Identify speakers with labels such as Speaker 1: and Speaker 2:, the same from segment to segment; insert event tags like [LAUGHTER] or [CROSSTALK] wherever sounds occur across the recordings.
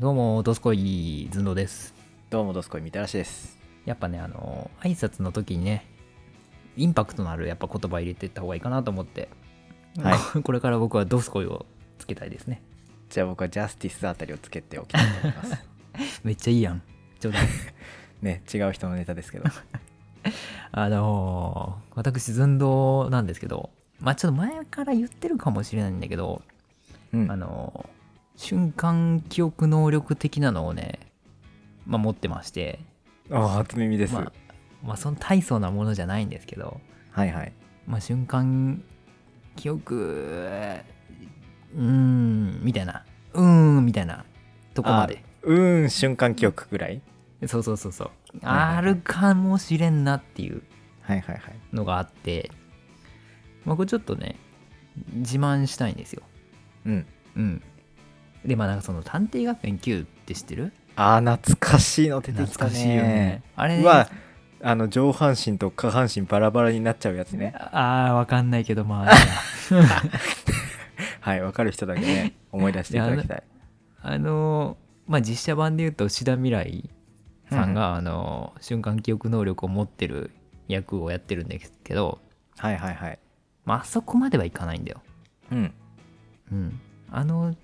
Speaker 1: どうも、どすこい、ずんどうです。
Speaker 2: どうもどすこいみたらしです。
Speaker 1: やっぱね、あの、挨拶の時にね、インパクトのあるやっぱ言葉入れてった方がいいかなと思って、
Speaker 2: は
Speaker 1: [LAUGHS]
Speaker 2: い
Speaker 1: い、これから僕はどすこいをつけたいですね。
Speaker 2: じゃあ僕はジャスティスあたりをつけておきたいと思います。
Speaker 1: [LAUGHS] めっちゃいいやん。冗談。
Speaker 2: ね、違う人のネタですけど。
Speaker 1: あのー私、ずんどうなんですけど、まあちょっと前から言ってるかもしれないんだけど、
Speaker 2: うん
Speaker 1: あのー瞬間記憶能力的なのをね、まあ持ってまして、
Speaker 2: あ、初耳です。
Speaker 1: まあ、まあその大層なものじゃないんですけど、
Speaker 2: はいはい。
Speaker 1: まあ、瞬間記憶うーんみたいなうーんみたいなとこまで
Speaker 2: うーん、瞬間記憶ぐらい。
Speaker 1: そうそうそうそう
Speaker 2: はいはいはい
Speaker 1: あるかもしれんなっていう
Speaker 2: はいはいはい。
Speaker 1: のがあってまあこれちょっとね自慢したいんですよ
Speaker 2: うん。
Speaker 1: うんでまあなんかその「探偵学園 Q」って知ってる
Speaker 2: あー、懐かしいの出て
Speaker 1: 懐
Speaker 2: きたね。
Speaker 1: かしいよね。あれ
Speaker 2: うわ、あの、上半身と下半身バラバラになっちゃうやつね。
Speaker 1: ああわかんないけどまあ
Speaker 2: はい、わかる人だけね、思い出していただき
Speaker 1: [LAUGHS]
Speaker 2: たい。
Speaker 1: あのまあ実写版で言うと志田未来さんが、あの瞬間記憶能力を持ってる役をやってるんですけど、
Speaker 2: はいはいはい。
Speaker 1: まああそこまではいかないんだよ。
Speaker 2: うん。
Speaker 1: うん、あの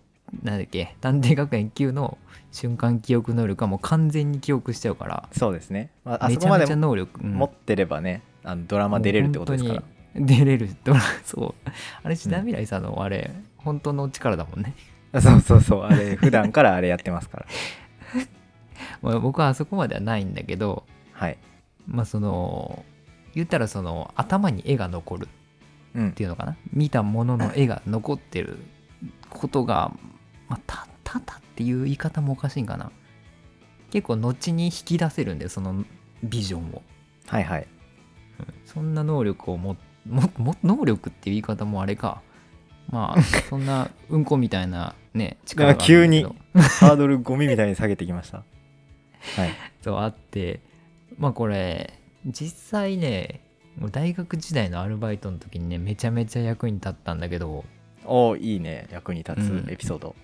Speaker 1: なんだっけ探偵学園級の瞬間記憶能力はもう完全に記憶しちゃうから
Speaker 2: そうですね。まあ、あ
Speaker 1: め
Speaker 2: そ
Speaker 1: ち
Speaker 2: こ
Speaker 1: ゃ
Speaker 2: まで
Speaker 1: めちゃ能力、うん
Speaker 2: 持ってればね、あのドラマ出れるってことですから
Speaker 1: もう。本当に出れるドラ [LAUGHS] そうあれ志田未来さんのあれ、本当の力だもんね、
Speaker 2: [LAUGHS] そうそうそう、あれ、普段からあれやってますから。
Speaker 1: まあ、僕はあそこまではないんだけど
Speaker 2: はい。
Speaker 1: まあその言ったらその頭に絵が残る
Speaker 2: うん
Speaker 1: っ。ていうのかな見たものの絵が残ってることが、まあ、たたたっていう言い方もおかしいんかな結構後に引き出せるんでそのビジョンを
Speaker 2: はいはい。
Speaker 1: そんな能力をももも能力っていう言い方もあれかまあそんなうんこみたいなね力があるんだけど
Speaker 2: 急ハードルゴミみたいに下げてきました。はい。
Speaker 1: そうあってまあこれ実際ね大学時代のアルバイトの時にねめちゃめちゃ役に立ったんだけど、
Speaker 2: おーいいね。役に立
Speaker 1: うん
Speaker 2: つエピソード。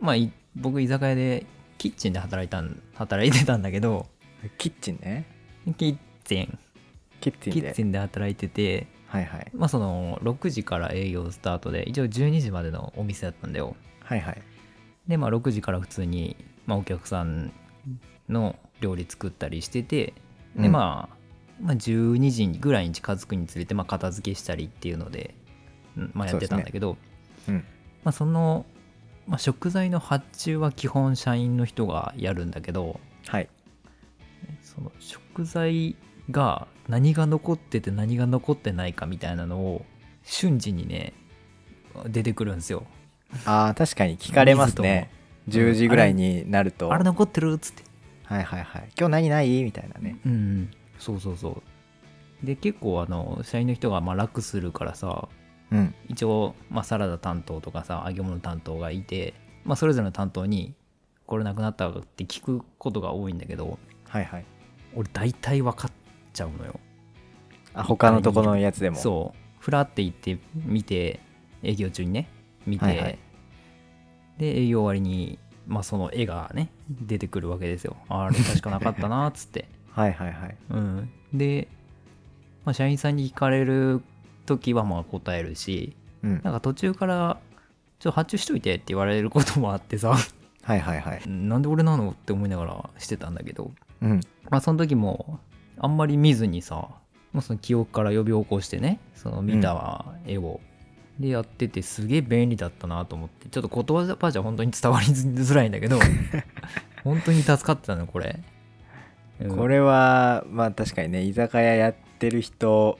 Speaker 1: まあ、い僕居酒屋でキッチンで働いたん働いてたんだけど
Speaker 2: キッチンね。
Speaker 1: キッチン
Speaker 2: キッチン
Speaker 1: キ
Speaker 2: で。
Speaker 1: ッチンで働いてて、
Speaker 2: はいはい。
Speaker 1: まあ、その6時から営業スタートで一応12時までのお店だったんだよ
Speaker 2: はいはい。
Speaker 1: で、まあ、6時から普通に、まあ、お客さんの料理作ったりしててで、
Speaker 2: うん
Speaker 1: まあ、まあ12時ぐらいに近づくにつれて、まあ、片付けしたりっていうので、うんまあ、やってたんだけど
Speaker 2: うん。
Speaker 1: まあ、その、まあ、食材の発注は基本社員の人がやるんだけど、
Speaker 2: はい。
Speaker 1: その食材が何が残ってて何が残ってないかみたいなのを瞬時にね出てくるんですよ
Speaker 2: ああ、確かに聞かれますね。
Speaker 1: ずとも
Speaker 2: 10時ぐらいになると。
Speaker 1: あれ残ってるっつって
Speaker 2: はいはいはい。今日何ないみたいなね。
Speaker 1: うんそうそうそうで結構あの社員の人がまあ楽するからさ
Speaker 2: うん。
Speaker 1: 一応まあサラダ担当とかさ揚げ物担当がいて、まあ、それぞれの担当に「これなくなった?」って聞くことが多いんだけど
Speaker 2: はいはい。
Speaker 1: 俺大体分かっちゃうのよ
Speaker 2: あ、他のとこのやつでも。
Speaker 1: そうふらって行って見て営業中にね見て、
Speaker 2: はいはい
Speaker 1: で営業終わりに、まあ、その絵がね出てくるわけですよあれ確かなかったなっつって、
Speaker 2: はいはいはい。
Speaker 1: うん、で、まあ、社員さんに聞かれる時はまあ答えるし
Speaker 2: うん
Speaker 1: な。んか途中から「ちょっと発注しといて」って言われることもあってさ [LAUGHS]
Speaker 2: はいはいはい。
Speaker 1: なんで俺なのって思いながらしてたんだけど
Speaker 2: うん。
Speaker 1: まあ、その時もあんまり見ずにさもうその記憶から呼び起こしてねその見た絵を、でやっててすげえ便利だったなと思ってちょっと言葉じゃ本当に伝わりづらいんだ
Speaker 2: [LAUGHS]
Speaker 1: けど本当に助かってたのこれ、うん
Speaker 2: これは、まあ確かにね、居酒屋やってる人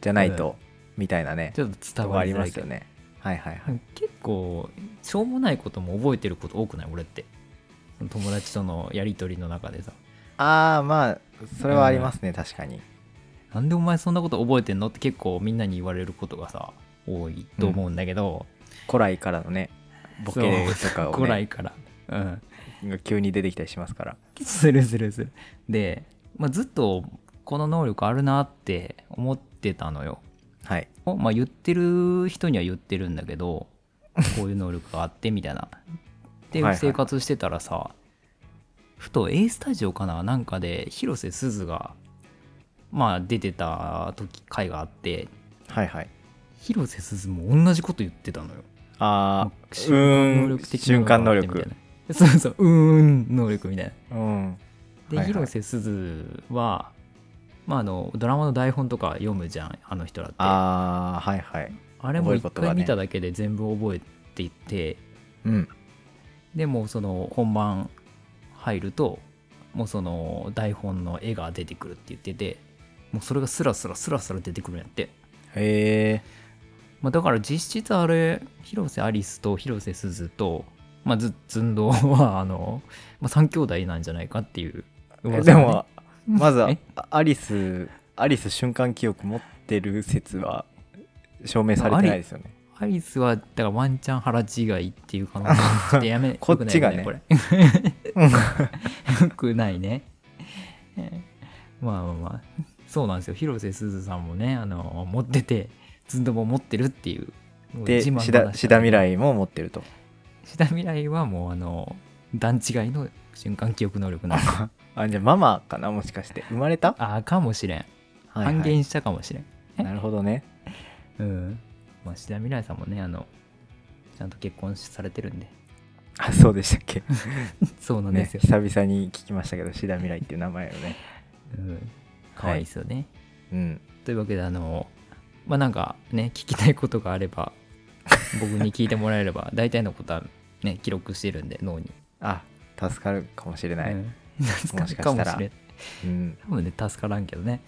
Speaker 2: じゃないと、みたいなね。
Speaker 1: ちょっと伝
Speaker 2: とこ
Speaker 1: わ
Speaker 2: あ
Speaker 1: り
Speaker 2: り
Speaker 1: づら
Speaker 2: ま
Speaker 1: い
Speaker 2: す
Speaker 1: け
Speaker 2: よ
Speaker 1: ど、
Speaker 2: ね。はいはいはい。
Speaker 1: 結構しょうもないことも覚えてること多くない俺って友達とのやり取りの中でさ
Speaker 2: ああまあそれはありますね、確かに
Speaker 1: なんでお前そんなこと覚えてんのって結構みんなに言われることがさ多いと思うんだけど、
Speaker 2: 古来からのねボケとかを、
Speaker 1: 古来
Speaker 2: ね、
Speaker 1: からうん
Speaker 2: 急に出てきたりしますから
Speaker 1: [LAUGHS] するするするで、まあ、ずっとこの能力あるなって思ってたのよ、
Speaker 2: はい
Speaker 1: おまあ、言ってる人には言ってるんだけどこういう能力があってみたいなって
Speaker 2: はいはい
Speaker 1: 生活してたらさ、ふと A スタジオかななんかで広瀬すずがまあ出てた時回があって
Speaker 2: はいはい
Speaker 1: 広瀬すずも同じこと言ってたのよ
Speaker 2: あ
Speaker 1: 瞬間能
Speaker 2: うーん
Speaker 1: 力的なのがあって
Speaker 2: 瞬間能力
Speaker 1: みたいなそうそううーん能力みたいな
Speaker 2: ーうん
Speaker 1: で、
Speaker 2: はいはい
Speaker 1: 広瀬すずは、まあ、あのドラマの台本とか読むじゃんあの人だってあ
Speaker 2: あーはいはい
Speaker 1: れも
Speaker 2: 覚える
Speaker 1: 一
Speaker 2: ことが
Speaker 1: 回
Speaker 2: ね
Speaker 1: 見ただけで全部覚えていって、
Speaker 2: うん
Speaker 1: でもうその本番入るともうその台本の絵が出てくるって言っててもうそれがスラスラスラスラ出てくるんやって、
Speaker 2: へえ
Speaker 1: まあ、だから実質あれ広瀬アリスと広瀬すずと、まあ、ず寸胴はあの、まあ、3兄弟なんじゃないかっていう噂がね
Speaker 2: でもまず
Speaker 1: え
Speaker 2: あアリスアリス瞬間記憶持ってる説は証明され
Speaker 1: まあ
Speaker 2: てないですよね
Speaker 1: アリスはだからワンチャン腹違いっていう可能性ちょっとやめ
Speaker 2: [LAUGHS] こっちがね
Speaker 1: よくないよ [LAUGHS] これよくないねまあまあまあそうなんですよ広瀬すずさんもねあの持っててずんども持ってるっていう
Speaker 2: で
Speaker 1: 自慢の話
Speaker 2: シ
Speaker 1: だね
Speaker 2: ダシダ未来も持ってると
Speaker 1: 志田未来はもうあの段違いの瞬間記憶能力なの
Speaker 2: あじゃあママかなもしかして生まれ
Speaker 1: [LAUGHS]
Speaker 2: た、
Speaker 1: ああかもしれん
Speaker 2: はいはい
Speaker 1: 半減したかもしれん、
Speaker 2: なるほどね
Speaker 1: うんまあ志田未来さんもねあのちゃんと結婚されてるんで
Speaker 2: あそうでしたっけ、
Speaker 1: [LAUGHS] そうなんで
Speaker 2: ね
Speaker 1: すよ、
Speaker 2: 久々に聞きましたけどシダ未来っていう名前をね
Speaker 1: うん可愛いですよね、
Speaker 2: うん
Speaker 1: というわけであのまあなんかね聞きたいことがあれ
Speaker 2: [LAUGHS]
Speaker 1: ば僕に聞いてもらえれば大体のことはね記録してるんで脳に、
Speaker 2: あ助かるかもしれない、
Speaker 1: う
Speaker 2: う
Speaker 1: ん、
Speaker 2: ん
Speaker 1: 助かるか
Speaker 2: もしかした
Speaker 1: も
Speaker 2: ら
Speaker 1: しれん多分ね助からんけどね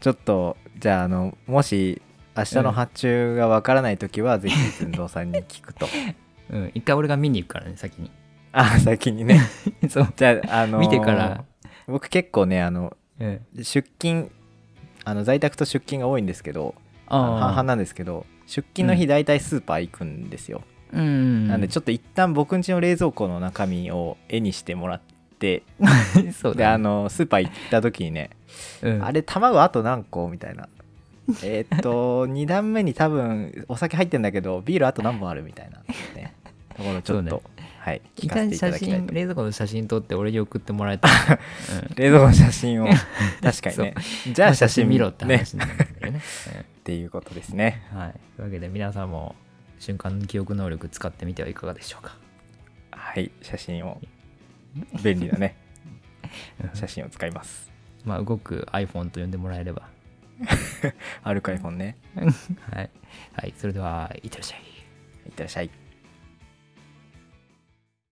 Speaker 2: ちょっとじゃああのもし明日の発注がわからない時は、ぜひ寸胴さんに聞くと
Speaker 1: うん一回俺が見に行くからね
Speaker 2: [LAUGHS]
Speaker 1: 先に
Speaker 2: あ先にね
Speaker 1: そう
Speaker 2: じゃああのー
Speaker 1: 見てから
Speaker 2: 僕結構ねあの
Speaker 1: うん
Speaker 2: 出勤あの在宅と出勤が多いんですけどあの半々
Speaker 1: ああ
Speaker 2: なんですけど出勤の
Speaker 1: う
Speaker 2: 日
Speaker 1: ん
Speaker 2: 大体スーパー行くんですよ、
Speaker 1: うん
Speaker 2: なんでちょっと一旦僕ん家の冷蔵庫の中身を絵にしてもらって
Speaker 1: ょっとそう
Speaker 2: で
Speaker 1: だ
Speaker 2: あ
Speaker 1: ね
Speaker 2: のスーパー行った時にね
Speaker 1: うん
Speaker 2: あれ卵あと何個みたいなえーっと2段 [LAUGHS] 目に多分お酒入ってんだけどビールあと何本あるみたいなねところちょっと、
Speaker 1: そう
Speaker 2: はい聞
Speaker 1: 一
Speaker 2: かせ
Speaker 1: 旦
Speaker 2: ていた
Speaker 1: 写
Speaker 2: だきたい
Speaker 1: 真
Speaker 2: と
Speaker 1: 冷蔵庫の写真撮って俺に送ってもらえたら、うん
Speaker 2: 冷蔵庫の写真
Speaker 1: [LAUGHS]
Speaker 2: を確かにねじゃ
Speaker 1: ま
Speaker 2: あ
Speaker 1: あ写
Speaker 2: 写真
Speaker 1: 真見ろって
Speaker 2: ね
Speaker 1: 話になるんだけどねうん
Speaker 2: っていうことですね
Speaker 1: はい、というわけで皆さんも瞬間記憶能力使ってみてはいかがでしょうか。
Speaker 2: はい写真を便利なね写真を使います
Speaker 1: まあ、動く iPhone と呼んでもらえれば。
Speaker 2: アルカイフォンね
Speaker 1: はい、はい、それでは、いってらっしゃい。
Speaker 2: いってらっしゃい